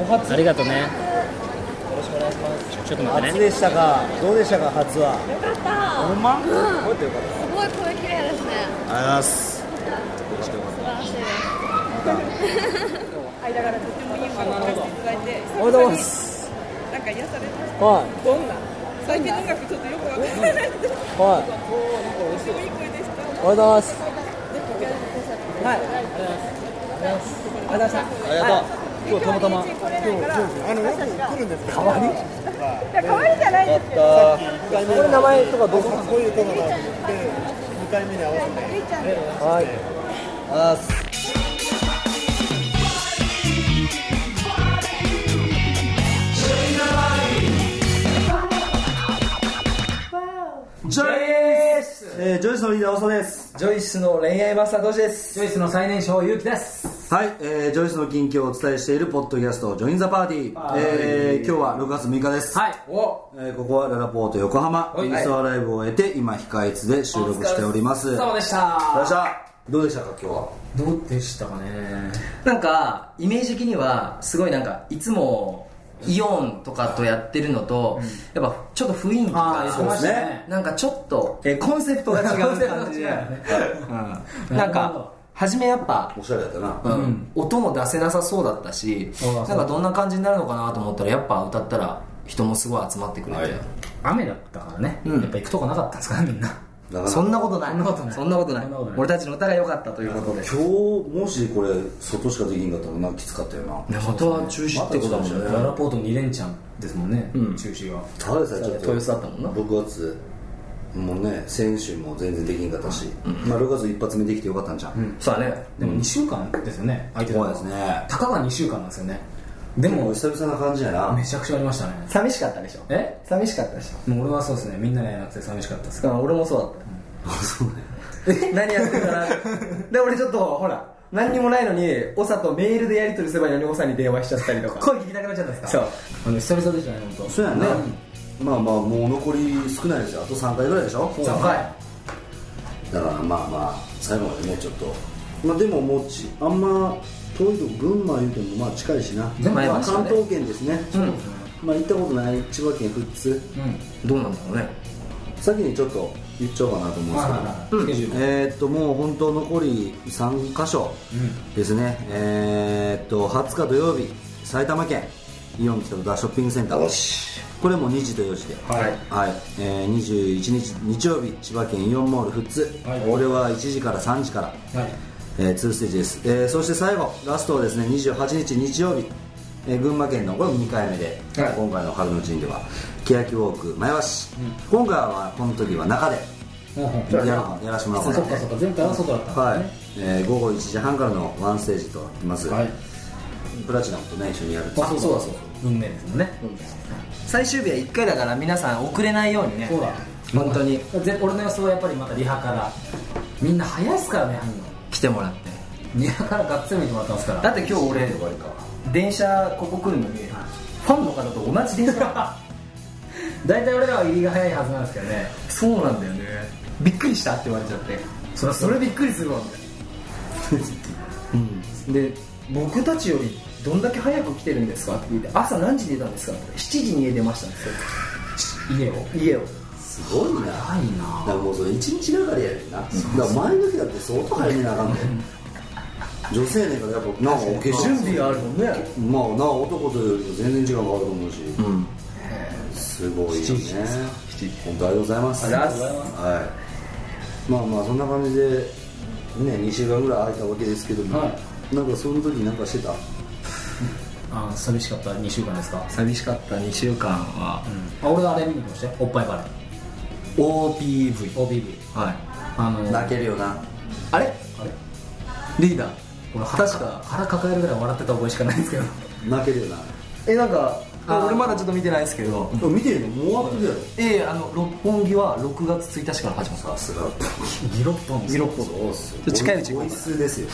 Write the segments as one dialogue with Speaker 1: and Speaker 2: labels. Speaker 1: お初
Speaker 2: ありがとうね
Speaker 1: よろしくお願いします
Speaker 2: ちょっと待って
Speaker 1: 初
Speaker 2: ね
Speaker 1: でしたかどうでしたか初は
Speaker 3: よかった。
Speaker 1: ほんま
Speaker 3: うん
Speaker 1: 覚えてよかっ
Speaker 3: すごい声綺麗ですね。
Speaker 1: たありがとうございますよかったよかっ
Speaker 3: 素晴らしいです。
Speaker 4: 間柄とてもいいものを聞かせていただいて、
Speaker 1: たおはようございます
Speaker 4: なんか癒されまし
Speaker 1: は
Speaker 4: た。どんな最近の音楽ちょっとよくわからないですけど、
Speaker 1: いはい
Speaker 4: とてもいい声でした。
Speaker 1: おはようございます。はい。ありがとうございます。ありがとうございました。ありがとう。今日たまたま。
Speaker 4: いや、可愛いじゃないですけど、
Speaker 1: これ名前とかどうぞ。こういうところで二回目に合わせて。はい。あす。
Speaker 5: ジョイス
Speaker 1: えー、ジョイスのリーダー長です。
Speaker 5: ジョイスの恋愛マスター同士です。ジョイスの最年少ゆうきです。
Speaker 1: はい、えー、ジョイスの近況をお伝えしているポッドキャストジョインザパーティー。えー、今日は6月6日です。
Speaker 5: はい。お
Speaker 1: えーここはララポート横浜
Speaker 5: はい
Speaker 1: インストアライブを終えて今控え室で収録しております。
Speaker 5: お疲れ様でし
Speaker 1: お疲れ様で
Speaker 5: た。
Speaker 1: した。どうでしたか今日は。
Speaker 5: どうでしたかね。
Speaker 6: なんかイメージ的にはすごいなんかいつもイオンとかとやってるのと、やっぱちょっと雰囲気
Speaker 5: ああ、
Speaker 6: が
Speaker 1: うですね
Speaker 6: なんかちょっと、えーコンセプトが違う感じで、うんなん
Speaker 5: なるほ
Speaker 6: か
Speaker 5: ど
Speaker 6: 初めやっぱ、
Speaker 1: おしゃれだったな。
Speaker 6: うん音も出せなさそうだったし
Speaker 5: そうだ
Speaker 6: なんかどんな感じになるのかなと思ったらやっぱ歌ったら人もすごい集まってくれて、
Speaker 5: 雨だったからね。やっぱ行くとこなかったんですかね、みんな。
Speaker 1: だから
Speaker 6: そんなことない
Speaker 5: そんなことない
Speaker 6: そんなことない
Speaker 5: そんなことない
Speaker 6: 俺たちの歌が良かったということで
Speaker 1: 今日もしこれ外しかできんかったらなきつかったよな。
Speaker 6: また中止ってことだもんね
Speaker 1: また中止だよ
Speaker 5: ララポート2連チャンですもんね、
Speaker 6: うん
Speaker 5: 中止が。
Speaker 1: ただでさえちょっと
Speaker 6: 豊洲だったもんな
Speaker 1: 6月もうね先週も全然できんかったし、まあ、6月一発目できてよかったんじゃん、
Speaker 6: そうだね
Speaker 5: でも2週間ですよね、相手
Speaker 1: 怖いですね
Speaker 5: たかが2週間なんですよね。で
Speaker 1: もう
Speaker 5: も、
Speaker 1: 久々な感じやな
Speaker 5: めちゃくちゃありましたね。
Speaker 6: 寂しかったでしょ
Speaker 5: え
Speaker 6: 寂しかったでしょ
Speaker 5: もう俺はそうですね、みんなでやらなくて寂しかったです。
Speaker 6: うん俺もそうだったえ何やってるかなで俺ちょっとほら何にもないのに長とメールでやり取りすればいいのに長に電話しちゃったりとか
Speaker 5: 声聞きたくなっちゃったんです
Speaker 6: そ
Speaker 5: か
Speaker 6: う
Speaker 5: あの久々でしたね、本当。
Speaker 1: そうやね、まあまあもう残り少ないですよあと3回ぐらいでしょ
Speaker 6: 3回
Speaker 1: だからまあまあ最後までねちょっとまあでももうちあんま遠いとこ群馬言うてもまあ近いしな
Speaker 6: 群馬やり
Speaker 1: まあ
Speaker 6: ましたね
Speaker 1: 関東圏ですね、
Speaker 6: うん
Speaker 1: まあ行ったことない千葉県富津
Speaker 6: どうなんだろうね
Speaker 1: 先にちょっと言っちゃおうかなと思うんですけど、
Speaker 5: うん。スケジュール。
Speaker 1: えーっともう本当残り3箇所ですね、えーっと20日土曜日埼玉県イオン北戸田ショッピングセンターこれも2時と4時ではい、えー21日日曜日千葉県イオンモール富津、
Speaker 5: はい
Speaker 1: これは1時から3時から、
Speaker 5: はい。
Speaker 1: えー、2ステージです、えーそして最後ラストはですね28日日曜日、えー群馬県のこれも2回目で、
Speaker 5: はい
Speaker 1: 今回の春の陣では欅ウォーク前橋、今回はこの時は中で
Speaker 5: ほうほう
Speaker 1: やらやらしてもらおう
Speaker 5: そ
Speaker 1: かな
Speaker 5: っかそっか、前回は外だったんですね。
Speaker 1: はい、えー午後1時半からのワンステージとなってます、
Speaker 5: はい
Speaker 1: プラチナムとね一緒にやるって
Speaker 5: あそうだそうだ運命ですもんね
Speaker 6: 最終日は1回だから皆さん遅れないようにね
Speaker 5: そうだ
Speaker 6: 本当に
Speaker 5: ぜ俺の予想はやっぱりまたリハからみんな早いっすからね入んの
Speaker 6: 来てもらって
Speaker 5: リハからがっつり見てもらったんですから
Speaker 6: だって今日俺電車ここ来るのにファンの方と同じ電車だった
Speaker 5: 大体俺らは入りが早いはずなんですけどね
Speaker 6: そうなんだよねびっくりしたって言われちゃって
Speaker 5: それは
Speaker 6: それびっくりする わみたいな、で僕たちよりどんだけ早く来てるんですかって聞いて朝何時に出たんですかって7時に家出ましたんですよ
Speaker 5: 家を
Speaker 6: 家を
Speaker 1: すごいな
Speaker 5: 早いな
Speaker 1: だからもうそれ1日がかりやねんなだから前の日だって相当早めなあかんで女性やねんからやっぱなんかお化粧
Speaker 6: 準備があるもんね
Speaker 1: まあな男とよりも全然時間かかると思うし、すごいよね本当ありがとうございます、
Speaker 6: ありがとうございます
Speaker 1: はい、まあまあそんな感じでね2週間ぐらい空いたわけですけども、
Speaker 5: は
Speaker 1: なんかその時なんかしてた
Speaker 5: あ寂しかった2週間ですか
Speaker 6: 寂しかった2週間は
Speaker 5: あ俺はあれ見に行きましたよおっぱいバレー
Speaker 6: OPV
Speaker 5: OBV
Speaker 6: はい
Speaker 5: あの
Speaker 1: 泣けるよな
Speaker 6: あれ
Speaker 5: あれ
Speaker 6: リーダー
Speaker 5: 俺腹
Speaker 6: 確か
Speaker 5: 腹抱えるぐらい笑ってた覚えしかないんですけど
Speaker 1: 泣けるよな
Speaker 6: えなんか
Speaker 5: あー
Speaker 6: 俺まだちょっと見てないですけど
Speaker 1: 見てるのもう終わってるやろ
Speaker 6: ええあの六本木は6月1日から始まった
Speaker 1: さすが
Speaker 5: ギロッポン
Speaker 6: ギロッポ
Speaker 1: そうっすよ
Speaker 6: 近いうち
Speaker 1: ボイスですよ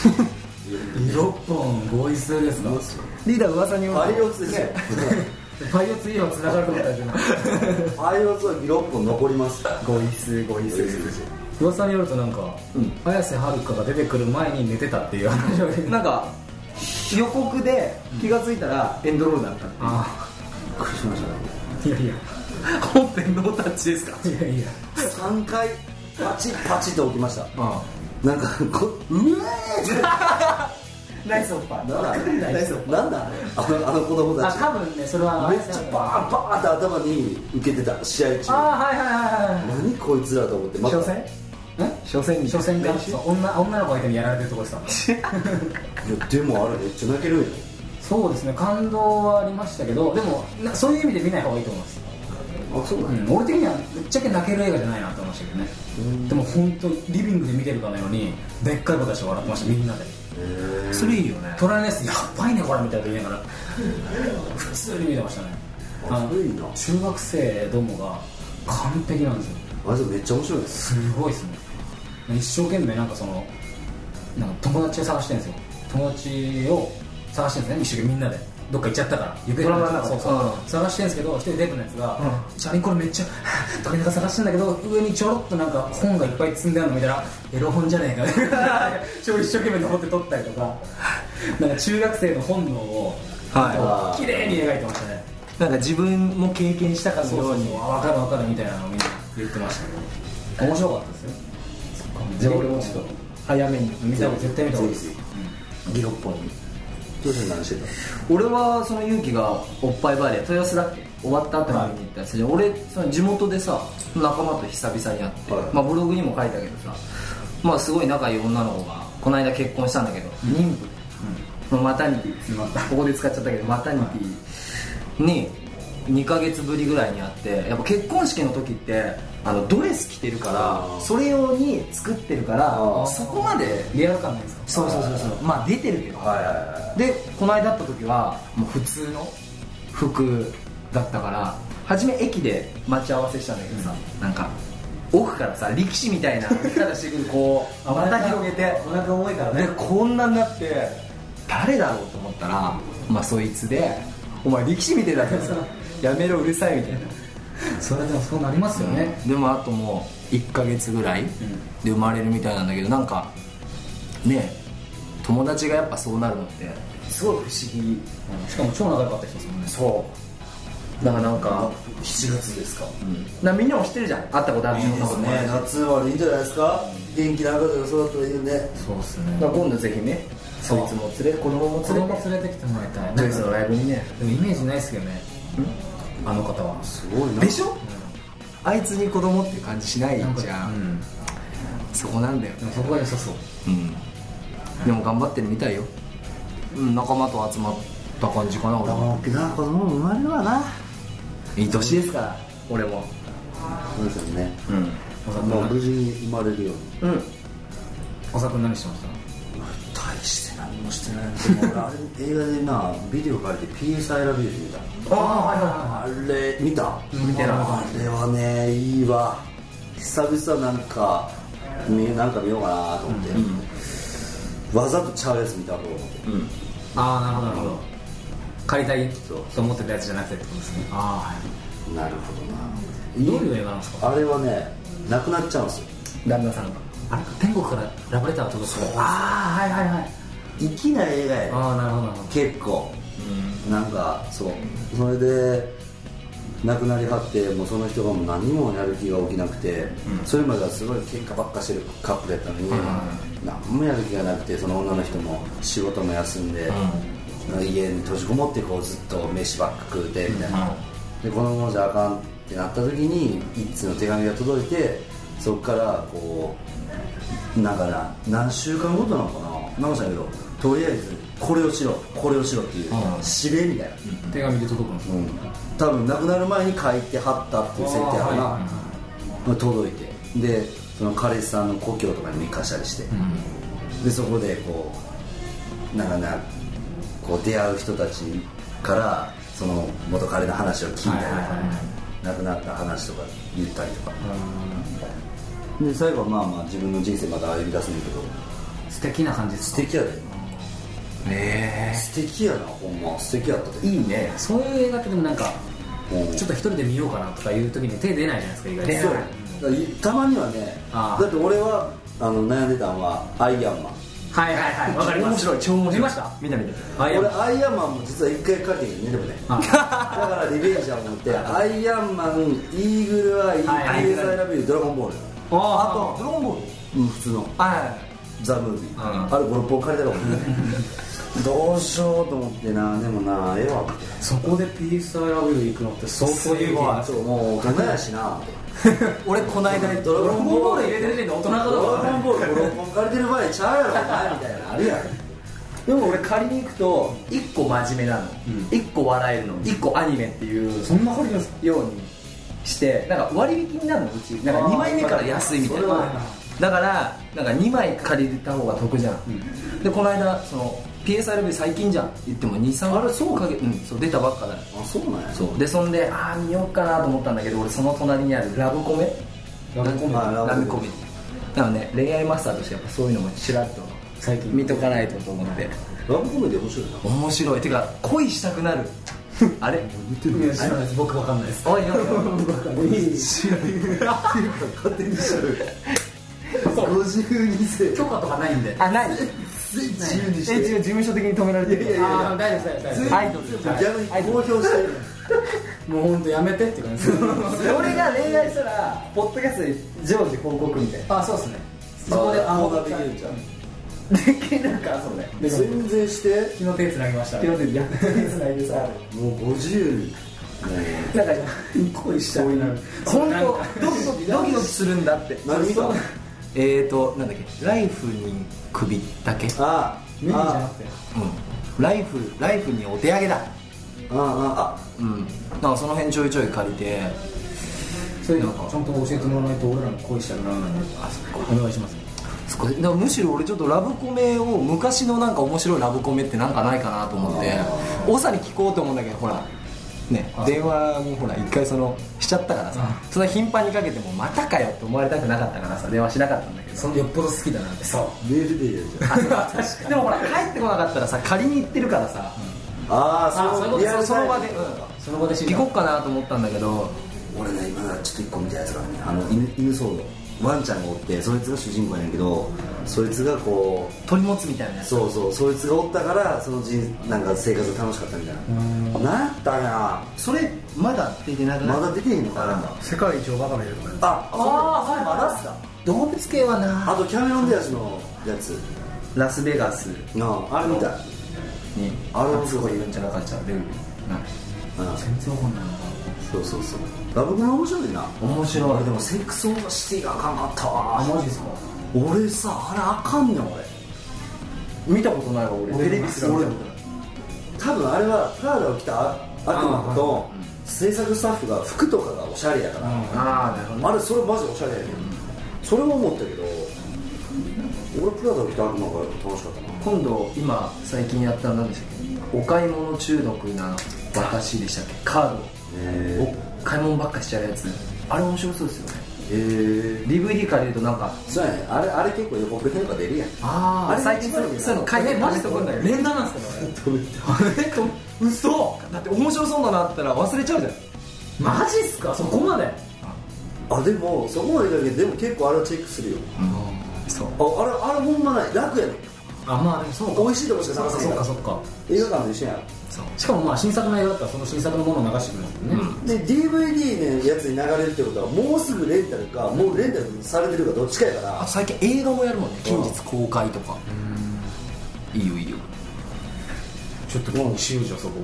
Speaker 5: ギロッポン合意数ですか
Speaker 6: リーダー噂によると
Speaker 1: パイオツですよ
Speaker 5: パイオツイオつながると思ったじゃない
Speaker 1: パイオツは6本残ります
Speaker 6: ご一数ご一数
Speaker 5: 噂によるとなんか、綾瀬はるかが出てくる前に寝てたっていう話を聞いて
Speaker 6: なんか予告で気がついたらエンドロールだったっていう
Speaker 5: あ
Speaker 1: びっくりしましたね
Speaker 5: あいやいや
Speaker 6: 本編ノータッチですか
Speaker 5: いやいや
Speaker 1: 3回パチッパチッと起きました
Speaker 5: あ
Speaker 1: なんかこうえー
Speaker 6: ナイスオッパー
Speaker 1: なんだ
Speaker 5: ないですよ
Speaker 1: なんだあのあの子供
Speaker 5: あ
Speaker 1: たち
Speaker 5: 多分ねそれは
Speaker 1: めっちゃバーンバーンって頭に受けてた試合
Speaker 5: あ
Speaker 1: 中
Speaker 5: はいはいはいはい
Speaker 1: 何こいつらと思ってまた
Speaker 6: 初戦初戦
Speaker 5: 初戦が
Speaker 6: 練習
Speaker 5: そう女女の子相手にやられてるとこでした
Speaker 1: いやでもあれめっちゃ泣けるんや
Speaker 5: そうですね感動はありましたけどでもなそういう意味で見ない方がいいと思います、
Speaker 1: あそう
Speaker 5: う
Speaker 1: なんや
Speaker 5: ん、俺的にはぶっちゃけ泣ける映画じゃないなと思いましたけどねでも本当リビングで見てるかのようにでっかい子たちが笑ってましたみんなで
Speaker 6: それいいよね
Speaker 5: トライネスやばいねこれみたいな言いながら普通に見てましたね
Speaker 1: あ
Speaker 5: あの
Speaker 1: それいいな
Speaker 5: 中学生どもが完璧なんですよ
Speaker 1: あれでもめっちゃ面白いです
Speaker 5: すごいですね一生懸命なんかそのなんか友達を探してるんですよ友達を探してるんですね一生懸命みんなでどっか行っちゃったから行方不明
Speaker 6: ドラマの中
Speaker 5: そう
Speaker 6: で
Speaker 5: そう、
Speaker 6: う
Speaker 5: 探してるんですけど一人デブのやつが、チャリンコれめっちゃ時々探してんだけど上にちょろっとなんか本がいっぱい積んであるの見たらエロ本じゃねえか 一生懸命登って撮ったりとかなんか中学生の本能を
Speaker 1: はい
Speaker 5: 綺麗に描いてましたね
Speaker 6: なんか自分も経験したかの
Speaker 5: そう
Speaker 6: よ
Speaker 5: そうう
Speaker 6: に
Speaker 5: そうあ分かる分かるみたいなのをみんな言ってましたけど面白かったですよ
Speaker 6: じゃあ俺もちょっと早めに
Speaker 5: 見た方が絶対見た方がいいです
Speaker 6: ギロッポに
Speaker 1: どうして何して
Speaker 6: 俺はその勇気がおっぱいバーで豊洲だっけ終わった後に見に行ったやつで、俺その地元でさ仲間と久々に会って、
Speaker 1: はい
Speaker 6: まあ、ブログにも書いたけどさ、まあ、すごい仲いい女の子がこの間結婚したんだけど、妊婦、のマタニティ、ここで使っちゃったけどマタニティに2ヶ月ぶりぐらいに会ってやっぱ結婚式の時ってあのドレス着てるからそれ用に作ってるから
Speaker 1: あー
Speaker 6: そこまで
Speaker 5: リアル感ないですか
Speaker 6: そうそうそうそうまあ出てるけど
Speaker 1: たはいはいは
Speaker 6: でこの間会った時はもう普通の服だったから初め駅で待ち合わせしたんだけどさ、なんか奥からさ力士みたいなただしてくる こうまた広げて
Speaker 5: お腹重いから
Speaker 6: でこんなになって誰だろうと思ったらまあそいつで「お前力士みてえだけどさやめろうるさい」みたいな
Speaker 5: それでもそうなりますよね
Speaker 6: でもあともう1ヶ月ぐらいで生まれるみたいなんだけどなんかねえ友達がやっぱそうなるのってすごい不思議
Speaker 5: しかも超仲良かった人ですもんね
Speaker 6: そうだからなんか、
Speaker 1: い7月ですか
Speaker 6: なみんなも知ってるじゃん会ったことある
Speaker 1: いいですね夏はいいんじゃないですか元気な赤ちゃんが育ったらいいよね
Speaker 5: そうです
Speaker 6: だ
Speaker 5: ね
Speaker 6: から今度ぜひねそいつも連れ子供も
Speaker 5: 子
Speaker 6: 連れ
Speaker 5: 供
Speaker 6: て
Speaker 5: 連れてきてもらいたい
Speaker 6: ドイツのライブにね
Speaker 5: でもイメージないですけどねあの方は
Speaker 1: すごいな
Speaker 6: でしょあいつに子供って感じしないじゃ
Speaker 5: うんん
Speaker 6: そこなんだよ
Speaker 5: でもそこが良さそう
Speaker 6: うんでも頑張ってるみたいよ、うん、仲間と集まった感じかな俺は
Speaker 1: 沖縄子供も生まれるわない
Speaker 6: い年ですから俺も
Speaker 1: そうですよね
Speaker 6: うん
Speaker 5: 小沢
Speaker 1: まあ
Speaker 5: 君
Speaker 1: 無事に生まれるように
Speaker 6: うん
Speaker 5: 小沢君何してました
Speaker 1: 大して何もしてないでも俺あれ映画でなビデオ借りて PS I love you 見た
Speaker 5: ああはいはいはい
Speaker 1: あれ見た
Speaker 6: 見てない
Speaker 1: あれはねいいわ久々なんか見なんか見ようかなと思って、わざとちゃうやつ見たと思って
Speaker 5: ああなるほどなるほど借りたいと思ってたやつじゃなくてってことですねあ
Speaker 1: なるほ
Speaker 5: あどういう映画なんですか
Speaker 1: どなあれはねなくなっちゃうんですよ
Speaker 6: 旦那さんが
Speaker 5: あれ天国からラブレターが届くからああはいはいはい
Speaker 1: 生きない映画やね
Speaker 5: ああなるほどなるほど
Speaker 1: 結構、なんかそうそれで亡くなりはってもうその人がもう何もやる気が起きなくて、それまではすごい喧嘩ばっかしてるカップルやったのに、何もやる気がなくてその女の人も仕事も休んで、家に閉じこもってこうずっと飯ばっか食うてみたいな、でこのままじゃあかんってなった時に一通の手紙が届いてそこからこうなんかな何週間ごとなのかななんかしたけどとりあえずこれをしろこれをしろっていう指令みたいな、
Speaker 5: 手紙で届くんですか
Speaker 1: うん多分亡くなる前に書いてはったっていう設定やから、
Speaker 5: あ
Speaker 1: 届いてでその彼氏さんの故郷とかにも行かしたりして、でそこでこうなんかなこう出会う人たちからその元彼の話を聞いたりとか、
Speaker 5: はいはいはいはい
Speaker 1: 亡くなった話とか言ったりとか、で最後はまあまあ自分の人生また歩み出すんだけど
Speaker 5: 素敵な感じです
Speaker 1: 素
Speaker 5: か
Speaker 1: 敵やで
Speaker 6: え
Speaker 1: 素敵やなほんま素敵やったで
Speaker 6: えいいね
Speaker 5: そういう映画ってでもなんか
Speaker 1: うん
Speaker 5: ちょっと一人で見ようかなとかいう時に手出ないじゃないですか意外
Speaker 1: そう
Speaker 5: と
Speaker 1: だからたまにはね
Speaker 5: あ
Speaker 1: だ
Speaker 5: ー
Speaker 1: って俺はあの悩んでたんはアイアンマン
Speaker 5: はいはいはいわかります
Speaker 6: 面白い超面白い
Speaker 5: 見ました
Speaker 2: 見た見た
Speaker 5: アイアン
Speaker 1: 俺
Speaker 5: マン
Speaker 1: アイアンマンも実は一回書いてるねでもねだ
Speaker 5: あ
Speaker 1: からリベンジャーも持ってアイアンマンイーグルアイイ
Speaker 5: はい
Speaker 1: ーグルアイラビュードラゴンボール
Speaker 5: あ
Speaker 2: あとドラゴンボール
Speaker 1: うん普通の
Speaker 2: は
Speaker 1: ザ・ムービーあれ56本借りたかもね どうしようと思ってなでもなええわ
Speaker 5: そこで PSI ラブル行くのって相当勇気いりま
Speaker 1: そうもう大人やし な
Speaker 2: はい俺この間
Speaker 1: ド
Speaker 5: ド
Speaker 1: ラゴ
Speaker 5: ラ
Speaker 1: ン
Speaker 5: ゴン
Speaker 1: ボ
Speaker 5: ボ
Speaker 1: ール
Speaker 5: ール入れてる時点で大人か
Speaker 1: ド
Speaker 5: どうか
Speaker 1: ラゴンボール56本借りてる場合ちゃうやろなみたいなあるやん
Speaker 6: でも俺借りに行くと1個真面目なの、1個笑えるの1個アニメっていう
Speaker 5: そんな借りるんですか
Speaker 6: ようにしてなんか割引になるのうちなんか2枚目から安いみたい
Speaker 1: それは
Speaker 6: なだからなんか2枚借りた方が得じゃん、でこの間その PSRB 最近じゃんって言っても23あれそうかげ、うん、そう出たばっかだよ
Speaker 1: あそうなんや
Speaker 6: そうでそんでああ見ようかなと思ったんだけど俺その隣にあるラブコメ
Speaker 5: ラブコメ
Speaker 1: あラブコメ
Speaker 6: ラブコメだからね恋愛マスターとしてやっぱそういうのもちらっと
Speaker 5: 最近
Speaker 6: 見とかないとと思って
Speaker 1: ラブコメディ面白いな
Speaker 6: 面白いてか恋したくなるあれ
Speaker 5: いや知らないです僕わかんないです
Speaker 6: おいおいおい
Speaker 1: 勝手にしろよ
Speaker 5: そう
Speaker 1: 52世
Speaker 5: 許可とかないんで
Speaker 6: あない
Speaker 1: 自由にし
Speaker 2: え違う事務所的に止められてる
Speaker 1: いやいや
Speaker 5: ああ大丈夫です大丈夫です
Speaker 6: アイドル
Speaker 1: 逆に公表してる
Speaker 5: もう本当やめてって感じ です
Speaker 6: 俺が恋愛したらポッドキャストで常時報告みたい
Speaker 5: あそうですねそこで
Speaker 1: あ
Speaker 5: あ
Speaker 1: ーオーダーできるじゃん
Speaker 6: なできるかそれ
Speaker 5: でも
Speaker 1: 全然して
Speaker 5: 昨日手つなぎました
Speaker 6: 今までやってるつないでさ
Speaker 1: もう50に
Speaker 6: なんか
Speaker 5: 恋したくなる
Speaker 6: 本
Speaker 5: なんか
Speaker 6: 当ドキドキドキドキするんだって
Speaker 1: 何見たの
Speaker 6: えーとなんだっけライフに首だけうん
Speaker 1: あ
Speaker 5: 無理じゃなくて
Speaker 6: ライフライフにお手上げだ
Speaker 1: あああ
Speaker 6: うんなんかその辺ちょいちょい借りて
Speaker 5: そういうのちゃんと教えてもらわないと俺らも恋したくならないんで
Speaker 6: あそっか
Speaker 5: お願いします
Speaker 6: そっかだからむしろ俺ちょっとラブコメを昔のなんか面白いラブコメってなんかないかなと思って長に聞こうと思うんだけどほらね電話もほら一回そのしちゃったからさそんな頻繁にかけてもまたかよって思われたくなかったからさ電話しなかったんだけど
Speaker 5: そのよっぽど好きだなって そう
Speaker 1: メールでいいやじゃん
Speaker 6: あそうかでもほら帰ってこなかったらさ借りに行ってるからさ
Speaker 1: あ
Speaker 5: あそういうこと
Speaker 1: リアル
Speaker 6: そ
Speaker 1: タイ
Speaker 6: の場
Speaker 1: ム
Speaker 6: で
Speaker 5: その場で知
Speaker 6: 行こっかなと思ったんだけど
Speaker 1: 俺ね今ちょっと一個見たやつがあるねあの犬犬騒動ワンちゃんがおってそいつが主人公やねんけどそいつがこう
Speaker 6: 鳥持つみたいなやつ
Speaker 1: そうそうそいつがおったからその人なんか生活が楽しかったみたいななんやったんや
Speaker 6: それまだ出てなくな
Speaker 1: ま
Speaker 6: い
Speaker 1: だ出てへんのかな
Speaker 2: 世界一おバカがいるとか
Speaker 1: あ
Speaker 6: ああはいまだっすか動物系はな
Speaker 1: あとキャメロン・ディアスのやつ
Speaker 6: ラスベガス
Speaker 1: なああれ見た
Speaker 6: に
Speaker 1: あれもす
Speaker 6: す
Speaker 1: ご
Speaker 6: ご
Speaker 1: い
Speaker 6: いうんちゃらかんちゃらで
Speaker 1: うん
Speaker 5: 全然わかんないな
Speaker 1: そうそうそうラブコメ面白いな
Speaker 6: 面白
Speaker 1: 俺
Speaker 6: い
Speaker 1: でもセックス・オーバーシティがあかんかった
Speaker 5: あ
Speaker 1: わ
Speaker 5: マジですか
Speaker 1: 俺さあれあかんねん俺
Speaker 6: 見たことないわ俺
Speaker 1: テレビすら見たことない多分あれはプラダを着た悪魔と制作スタッフが服とかがおしゃれやから、
Speaker 6: ああなるほど
Speaker 1: あれそれマジおしゃれやね、ん、それも思ったけど俺プラダを着た悪魔が楽しかったな
Speaker 6: 今度今最近やった何でしたっけお買い物中毒な私でしたっけカード
Speaker 1: へ
Speaker 6: をお買い物ばっかしちゃうやつあれ面白そうですよね
Speaker 1: えー、
Speaker 6: DVD 借りるとなんか
Speaker 1: そうやねあれあれ結構予告編とか出るやん
Speaker 6: あ
Speaker 1: ー
Speaker 6: あれ最近そうそういうの買いマジでこんだよ
Speaker 5: 連打なんですけど
Speaker 6: えと嘘だって面白そうだなったら忘れちゃうじゃん
Speaker 5: マジっすかそこまで
Speaker 1: あでもそこまでだけどでも結構あれはチェックするよ
Speaker 6: そう
Speaker 1: ああれあれほんまない楽やねん
Speaker 5: あまあでもそうか
Speaker 1: 美味しいとこしか探
Speaker 5: そっか
Speaker 1: せ
Speaker 5: そ
Speaker 1: へ
Speaker 5: っ
Speaker 1: ん
Speaker 5: か
Speaker 1: か
Speaker 5: そっから
Speaker 1: 映画館も一緒やん
Speaker 5: しかもまあ新作の映画だったらその新作のものを流してくれるんですよね
Speaker 1: で DVD のやつに流れるってことはもうすぐレンタルかもうレンタルされてるかどっちかやから
Speaker 6: あ最近映画もやるもんね近日公開とかいいよいいよ
Speaker 5: ちょっと今度しようじゃそこ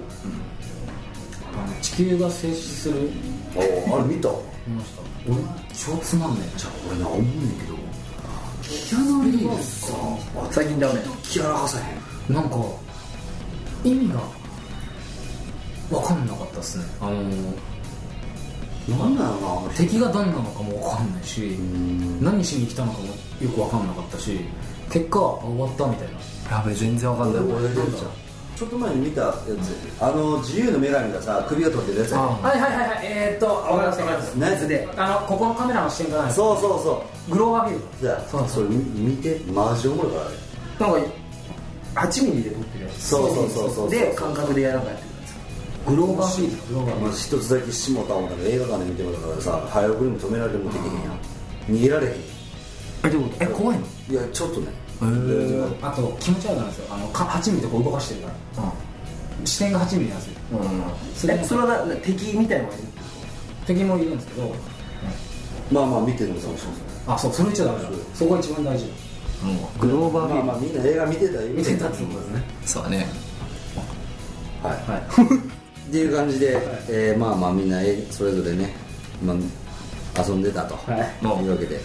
Speaker 5: あの地球が静止する
Speaker 1: ああれ見た
Speaker 5: 見ました俺超つまんねえじゃ
Speaker 1: 俺な思うねんけどキャノリーズさ
Speaker 6: 最近ダメ
Speaker 1: キャラかさへん
Speaker 5: なんか意味が分かんなかったっすねあの
Speaker 1: なんだろうなあの人
Speaker 5: 敵が何なのかも分かんないし何しに来たのかもよく分かんなかったし結果あ終わったみたいな
Speaker 6: やべ全然わかんない
Speaker 1: 俺出るじゃんちょっと前に見たやつあの自由の女神がさ首が取ってるやつやん
Speaker 6: あ
Speaker 5: はいはいはいはいえー、っと分かりました分かりまし
Speaker 1: 何やつで
Speaker 5: たあのここのカメラの視点からなんです
Speaker 1: そうそうそ
Speaker 5: グローバービル
Speaker 1: うじゃ
Speaker 5: そうそう
Speaker 1: それ見見てマジおもろいからあれ
Speaker 6: なんか8ミリで撮ってるやつ
Speaker 1: そうそうそうそう
Speaker 6: で感覚でやらなかやってるやつグローバーフィールド
Speaker 5: グローバービ
Speaker 1: まあ、一つだけ下田思ったけど映画館で見てもらったからさ早送りも止められてもできへんやん逃げられへん
Speaker 6: えどういうことえ怖いの
Speaker 1: いやちょっとね
Speaker 5: あと気持ち悪くなるんですよあのか8ミリとか動かしてるから、視点が8ミリなんですよ
Speaker 6: それそれはなな敵みたいなのがいる
Speaker 5: 敵もいるんですけど
Speaker 1: まあまあ見てるのかもしれない
Speaker 5: あそうそれ言っちゃダメだそこが一番大事
Speaker 6: グローバーフ
Speaker 1: まあまあみんな映画見てたよ見
Speaker 5: てたってことですね
Speaker 6: そうだね
Speaker 1: はい、っていう 感じで、えーまあまあみんなえそれぞれね、まあ、遊んでたと、
Speaker 6: い
Speaker 1: い、うわけで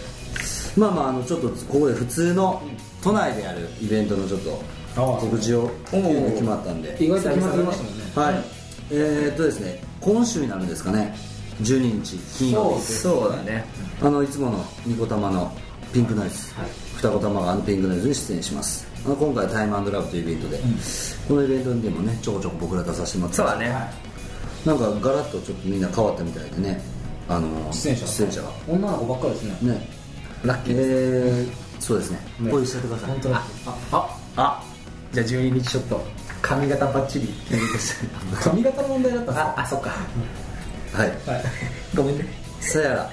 Speaker 1: まあまああのちょっとここで普通の都内でやるイベントのちょっと告知を急に決まったんで
Speaker 5: 意外と決まってましたもんね
Speaker 1: はい、えーっとですね今週になるんですかね12日金曜日
Speaker 6: そうだね
Speaker 1: あのいつものニコ玉のピンクノイズ、双子玉があのピンクノイズに出演しますあの今回タイムラブというイベントで、このイベントにでもねちょこちょこ僕ら出させてもらって
Speaker 6: そう
Speaker 1: ます
Speaker 6: だね
Speaker 1: なんかガラッとちょっとみんな変わったみたいでねあの
Speaker 5: 出演者
Speaker 1: 出演者が
Speaker 5: 女の子ばっかりです ね
Speaker 1: ねラッキーえー、そうですねこういうしてください
Speaker 5: 本当だああ
Speaker 6: あじゃあ12日ちょっと髪型バッチリ決めてください
Speaker 5: 髪型の問題だったんです
Speaker 6: あ
Speaker 5: か
Speaker 6: あそっか
Speaker 1: はい
Speaker 6: ごめんね
Speaker 1: さやら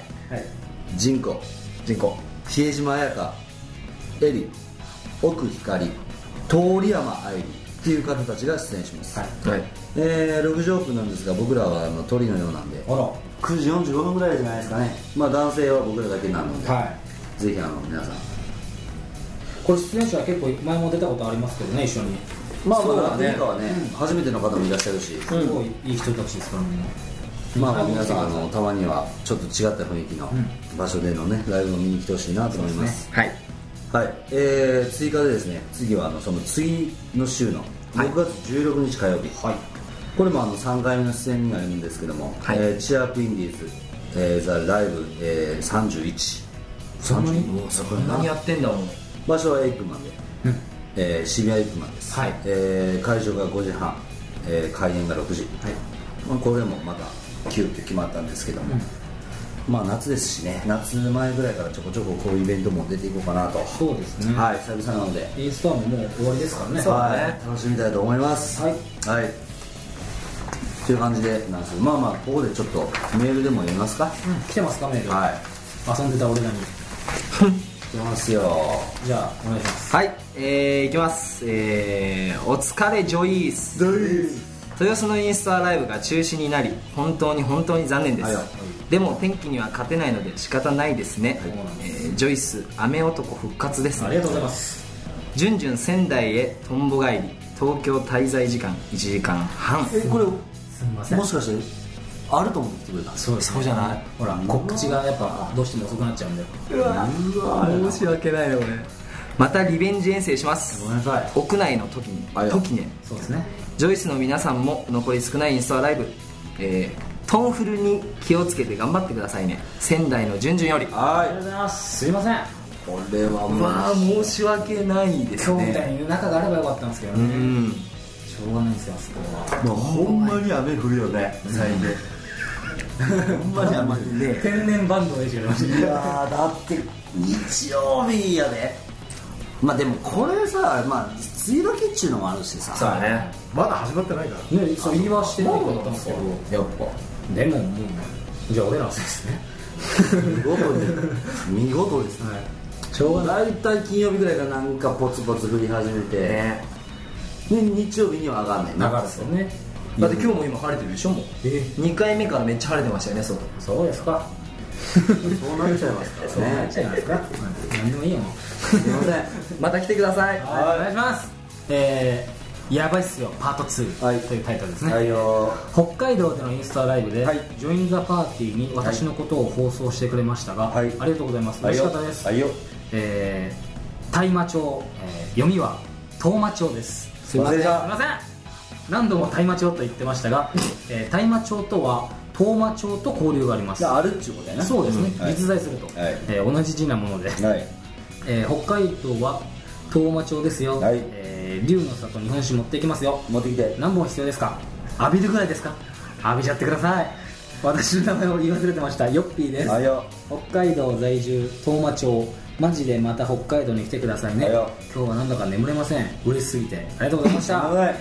Speaker 1: ジンコ
Speaker 6: 人口
Speaker 1: 比江島彩香エリ奥光通山愛理っていう方たちが出演します、
Speaker 6: はい
Speaker 1: えー、6時オープンなんですが僕らはあの鳥のようなんで
Speaker 5: あら
Speaker 1: 9時45分ぐらいじゃないですかねまあ男性は僕らだけなので、ぜひあの皆さん
Speaker 5: これ出演者は結構前も出たことありますけどね一緒に
Speaker 1: まあ
Speaker 6: そう
Speaker 1: ま
Speaker 6: だ
Speaker 1: あ
Speaker 6: ね
Speaker 1: 前回はね、初めての方もいらっしゃるし、
Speaker 5: すごいいい人たちですからみんな
Speaker 1: まあまあ皆さんあのたまにはちょっと違った雰囲気の場所でのねライブを見に来てほしいなと思います
Speaker 6: はい
Speaker 1: はい、えー、追加でですね次はあのその次の週の6月16日火曜日、これもあの3回目の出演になるんですけども、
Speaker 6: はい
Speaker 1: えーチアップインディーズ、えー、ザ・ライブ、えー、31
Speaker 5: そんなに
Speaker 1: 31おそこ
Speaker 6: 何やってんだもん
Speaker 1: 場所はエイプマンで、えー渋谷エイプマンです、
Speaker 5: はい
Speaker 1: えー会場が5時半、えー開演が6時、まあこれもまた急遽決まったんですけども、まあ夏ですしね夏前ぐらいからちょこちょここういうイベントも出ていこうかなと
Speaker 5: そうですね
Speaker 1: はい久々なので、
Speaker 5: インスタももう終わりですからね
Speaker 1: はい、楽しみたいと思います
Speaker 5: はい、
Speaker 1: はい、という感じでなんですけどまあまあここでちょっとメールでも読みますか、
Speaker 5: 来てますかメール
Speaker 1: はい
Speaker 5: 遊んでた俺らに
Speaker 1: いきますよ
Speaker 5: じゃあお願いします
Speaker 6: はいえー、いきますえー、お疲れジョイース豊洲のインスタライブが中止になり本当に本当に残念です、
Speaker 1: はいはい
Speaker 6: でも天気には勝てないので仕方ないですね、えージョイス雨男復活ですね
Speaker 5: ありがとうございます
Speaker 6: じゅんじゅん仙台へとんぼ帰り東京滞在時間1時間半
Speaker 1: えこれ
Speaker 5: すみま
Speaker 1: もしかしてあると思ってくれた
Speaker 5: そうですそうじゃないほら告知がやっぱどうしても遅くなっちゃうんで
Speaker 6: 申し訳ないよ俺またリベンジ遠征します
Speaker 1: ごめんなさい
Speaker 6: 屋内の時に
Speaker 1: あいや
Speaker 6: 時ね
Speaker 5: そうですね
Speaker 6: ジョイスの皆さんも残り少ないインスタライブ、えー、トンフルに気をつけて頑張ってくださいね仙台のじゅんじゅんより
Speaker 5: ありがとう
Speaker 1: は
Speaker 5: ございますすいません
Speaker 1: いこれは
Speaker 6: うわ
Speaker 1: も
Speaker 6: あ申し訳ないです
Speaker 5: 今日みた
Speaker 6: ね
Speaker 5: いに仲があればよかったんですけど
Speaker 6: う
Speaker 5: ね
Speaker 6: ん
Speaker 5: しょうがないんですよあそこは
Speaker 1: うもうほんまに雨降るよね最近ほんまに雨降るね
Speaker 5: 天然バンドでしょ
Speaker 1: いやーだって日曜日やでまあでもこれさまあ梅雨時っちゅうのもあるしさ
Speaker 6: だね
Speaker 2: まだ始まってないから
Speaker 5: ねそう言いはしてないことだったんですけど
Speaker 6: やっぱ
Speaker 5: でももうじゃあ俺らのせいですね
Speaker 1: 見事で見事ですね
Speaker 5: しょうがない
Speaker 1: 大体金曜日ぐらいからなんかポツポツ降り始めて、
Speaker 6: ね
Speaker 1: で日曜日には上がんない
Speaker 5: 長ですよね
Speaker 6: だって今日も今晴れてるでしょもう
Speaker 5: え
Speaker 6: 2回目からめっちゃ晴れてましたよね外
Speaker 5: そうですか
Speaker 1: そうなっちゃいますか
Speaker 5: そう
Speaker 1: ら
Speaker 5: なっ
Speaker 1: ね
Speaker 5: ちゃいますか何でもいいよもう
Speaker 1: すいませ
Speaker 6: また来てください
Speaker 5: はいお願いしますえー、やばいっすよパート2、
Speaker 1: はい
Speaker 5: というタイトルです
Speaker 1: ん
Speaker 5: ね、
Speaker 1: はいよ
Speaker 5: 北海道でのインスタライブで、
Speaker 1: はい
Speaker 5: ジョイン・ザ・パーティーに私のことを放送してくれましたが、
Speaker 1: はい
Speaker 5: ありがとうございます
Speaker 1: はい
Speaker 5: 嬉し
Speaker 1: よ
Speaker 5: かったです、
Speaker 1: はいよ
Speaker 5: えー、大麻町、えー読みは東麻町ですすいません
Speaker 1: すい
Speaker 5: すい
Speaker 1: ま
Speaker 5: ません何度も大麻町と言ってました が、えー、大麻町とは東麻町と交流があります
Speaker 1: じゃああるっちゅうことやね
Speaker 5: そうですね、
Speaker 1: んはい
Speaker 5: 実在すると、
Speaker 1: はい
Speaker 5: えー同じ字なもので
Speaker 1: はい
Speaker 5: えー北海道は東間町ですよ、
Speaker 1: はい
Speaker 5: えー龍の里日本酒持ってきますよ
Speaker 1: 持ってきて
Speaker 5: 何本必要ですか浴びるぐらいですか浴びちゃってください私の名前を言い忘れてましたヨッピーです
Speaker 1: はいよ
Speaker 5: 北海道在住東間町マジでまた北海道に来てくださいね
Speaker 1: はいよ
Speaker 5: 今日はなんだか眠れません嬉しすぎてありがとうございました
Speaker 1: はい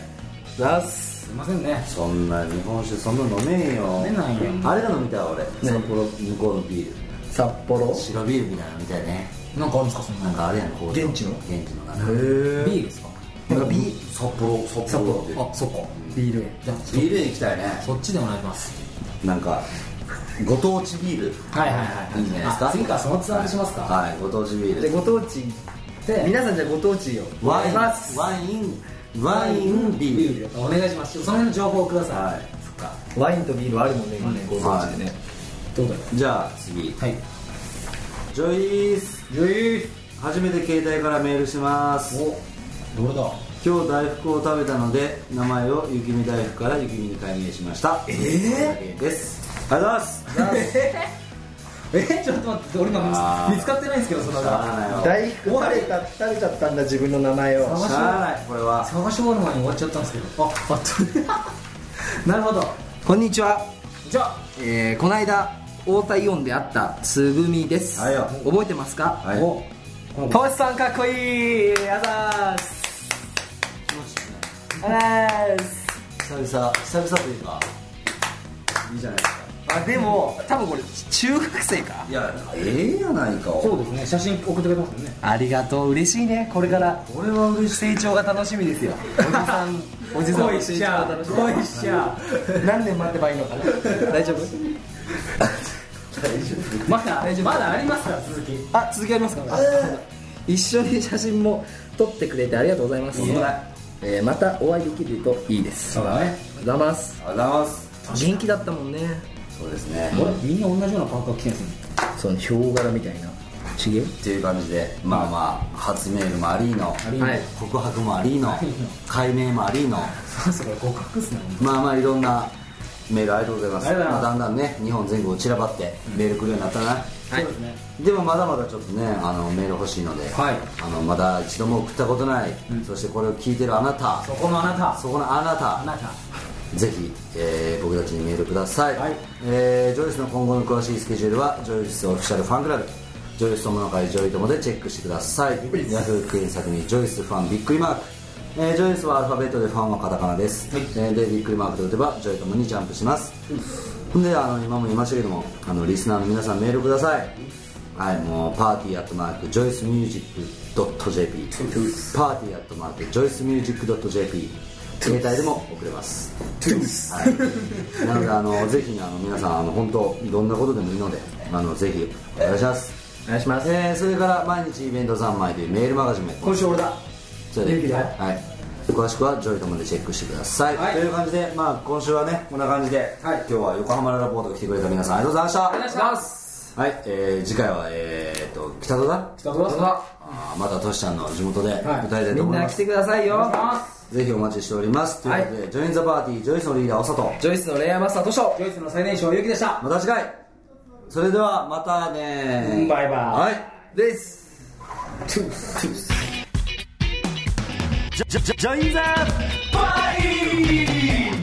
Speaker 1: 出す
Speaker 5: すいませんね
Speaker 1: そんな日本酒そんな飲めんよ
Speaker 5: 飲めないよ
Speaker 1: あれが飲みたい俺札幌向こうのビール
Speaker 6: 札幌
Speaker 1: 白ビールみたいなみたいね
Speaker 5: なんかあるんですかそんな
Speaker 1: なんかあれやん工場
Speaker 7: 現地の
Speaker 1: 現地のなんか
Speaker 7: え
Speaker 5: B ですか
Speaker 7: なんか B
Speaker 1: 札幌札
Speaker 5: 札
Speaker 1: 幌
Speaker 5: 幌
Speaker 1: で
Speaker 5: あそっかビール園じゃあちょっ
Speaker 1: ビールに行きたいね
Speaker 5: とそっちでお願いします
Speaker 1: なんかご当地ビール
Speaker 5: はいはいは
Speaker 1: い
Speaker 5: い
Speaker 1: いんじゃないですか
Speaker 5: あ次からそのツアーにしますか
Speaker 1: はいはいご当地ビー
Speaker 7: で
Speaker 1: ル
Speaker 7: ご当地
Speaker 5: で
Speaker 7: 皆さんじゃあご当地を
Speaker 1: ワイ
Speaker 7: い
Speaker 1: ン
Speaker 7: ます
Speaker 1: ワインワインビール
Speaker 5: お願いしますその辺の情報をください、
Speaker 1: はい
Speaker 5: そっか
Speaker 7: ワインとビールあるもんね今ねご当地でね
Speaker 5: どうだろ
Speaker 1: じゃあ次
Speaker 5: うはい
Speaker 1: ジョイス
Speaker 5: ジョイ
Speaker 1: 初めて携帯からメールします
Speaker 5: おどれだ
Speaker 1: 今日大福を食べたので名前を雪見大福から雪見に改名しましたええですありがとうございます
Speaker 5: えちょっと待って俺今
Speaker 1: あー
Speaker 5: 見つかってないんですけどその
Speaker 1: しゃあないわ
Speaker 7: 大福食べた食べちゃったんだ自分の名前を
Speaker 5: 探
Speaker 1: し
Speaker 5: し
Speaker 1: ゃあないこれは
Speaker 5: 探し終わる前に終わっちゃったんですけどああっとなるほど
Speaker 6: こんにちは
Speaker 5: じゃあ
Speaker 6: えー、この間太田イオンで会ったつぐみです、
Speaker 1: はいよ
Speaker 6: 覚えてますか、
Speaker 1: はい
Speaker 5: お
Speaker 7: トシさんかっこいいあざーすあざーす
Speaker 1: 久々久々というかいいじゃないですか
Speaker 7: あでも多分これ中学生か
Speaker 1: いやええやないか
Speaker 5: そうですね写真送ってくれますもんね
Speaker 7: ありがとう嬉しいねこれから
Speaker 1: これは嬉しい
Speaker 7: 成長が楽しみですよおじさんおじさんの成長が楽しみ
Speaker 5: いっしゃ
Speaker 7: 何年待てばいいのかな大丈夫
Speaker 5: まだまだありますから続き
Speaker 7: あ続きありますか
Speaker 6: 一緒に写真も撮ってくれてありがとうございます、えーまたお会いできるといいです
Speaker 5: そうだね
Speaker 6: ありがとうございます
Speaker 1: ありがとうございます
Speaker 6: 元気だったもんね
Speaker 1: そうですね
Speaker 5: 俺みんな同じような感覚来てるんですね
Speaker 6: そのヒョウ柄みたいなちげえ
Speaker 1: っていう感じでまあまあ初メールもありの
Speaker 5: ーの
Speaker 6: はい
Speaker 1: 告白もありの解明もありの
Speaker 5: そうそうこれ互角っすね
Speaker 1: まあまあいろんなメールありがとうございます
Speaker 5: ありがとう
Speaker 1: ま
Speaker 5: ご
Speaker 1: あ、
Speaker 5: ざ
Speaker 1: だんだんね日本全国散らばってメール来るようになったな、
Speaker 5: そうですね
Speaker 1: でもまだまだちょっとねあのメール欲しいので、
Speaker 5: はい
Speaker 1: あのまだ一度も送ったことない、そしてこれを聞いてるあなた
Speaker 5: そこのあなた
Speaker 1: そこのあなた
Speaker 5: あなた
Speaker 1: ぜひ、えー僕たちにメールください、
Speaker 5: はい
Speaker 1: えージョイスの今後の詳しいスケジュールはジョイスオフィシャルファンクラブジョイス友の会ジョイ友でチェックしてくださいヤフー検索にジョイスファンびっくりマーク、えージョイスはアルファベットでファンはカタカナです、えーでびっくりマークと打てばジョイ友にジャンプします、であの今も言いましたけどもあのリスナーの皆さんメールくださいはいもうパーティーアットマークジョイスミュージックドット JP パーティーアットマークジョイスミュージックドット JP 携帯でも送れますはい、なのであのぜひねあの皆さんあの本当どんなことでもいいのであのぜひお願いします、
Speaker 6: お願いします
Speaker 1: えーそれから毎日イベント3枚というメールマガジンもやってます
Speaker 5: 今週俺だ
Speaker 1: それ
Speaker 5: 勇気
Speaker 1: で、
Speaker 5: で
Speaker 1: はい、詳しくはジョイトまでチェックしてください、
Speaker 5: はい
Speaker 1: という感じで、まあ、今週はねこんな感じで、今日は横浜ララポートに来てくれた皆さんありがとうございました
Speaker 5: お願いします
Speaker 1: はい、えー次回はえー、っと北戸だ
Speaker 5: 北戸だ
Speaker 1: あーまたトシちゃんの地元で
Speaker 5: い
Speaker 1: 歌いたいと
Speaker 6: みん
Speaker 1: 思い
Speaker 6: な
Speaker 1: ます、
Speaker 6: 来てくださいよ
Speaker 1: ぜひお待ちしておりますということで、ジョインザパーティージョイスのリーダーおさと
Speaker 6: ジョイスの恋愛マスター図書
Speaker 5: ジョイスの最年少ゆうきでした
Speaker 1: また次回それではまたね
Speaker 5: バイバイ
Speaker 1: はいです
Speaker 2: ジョインザーパーティー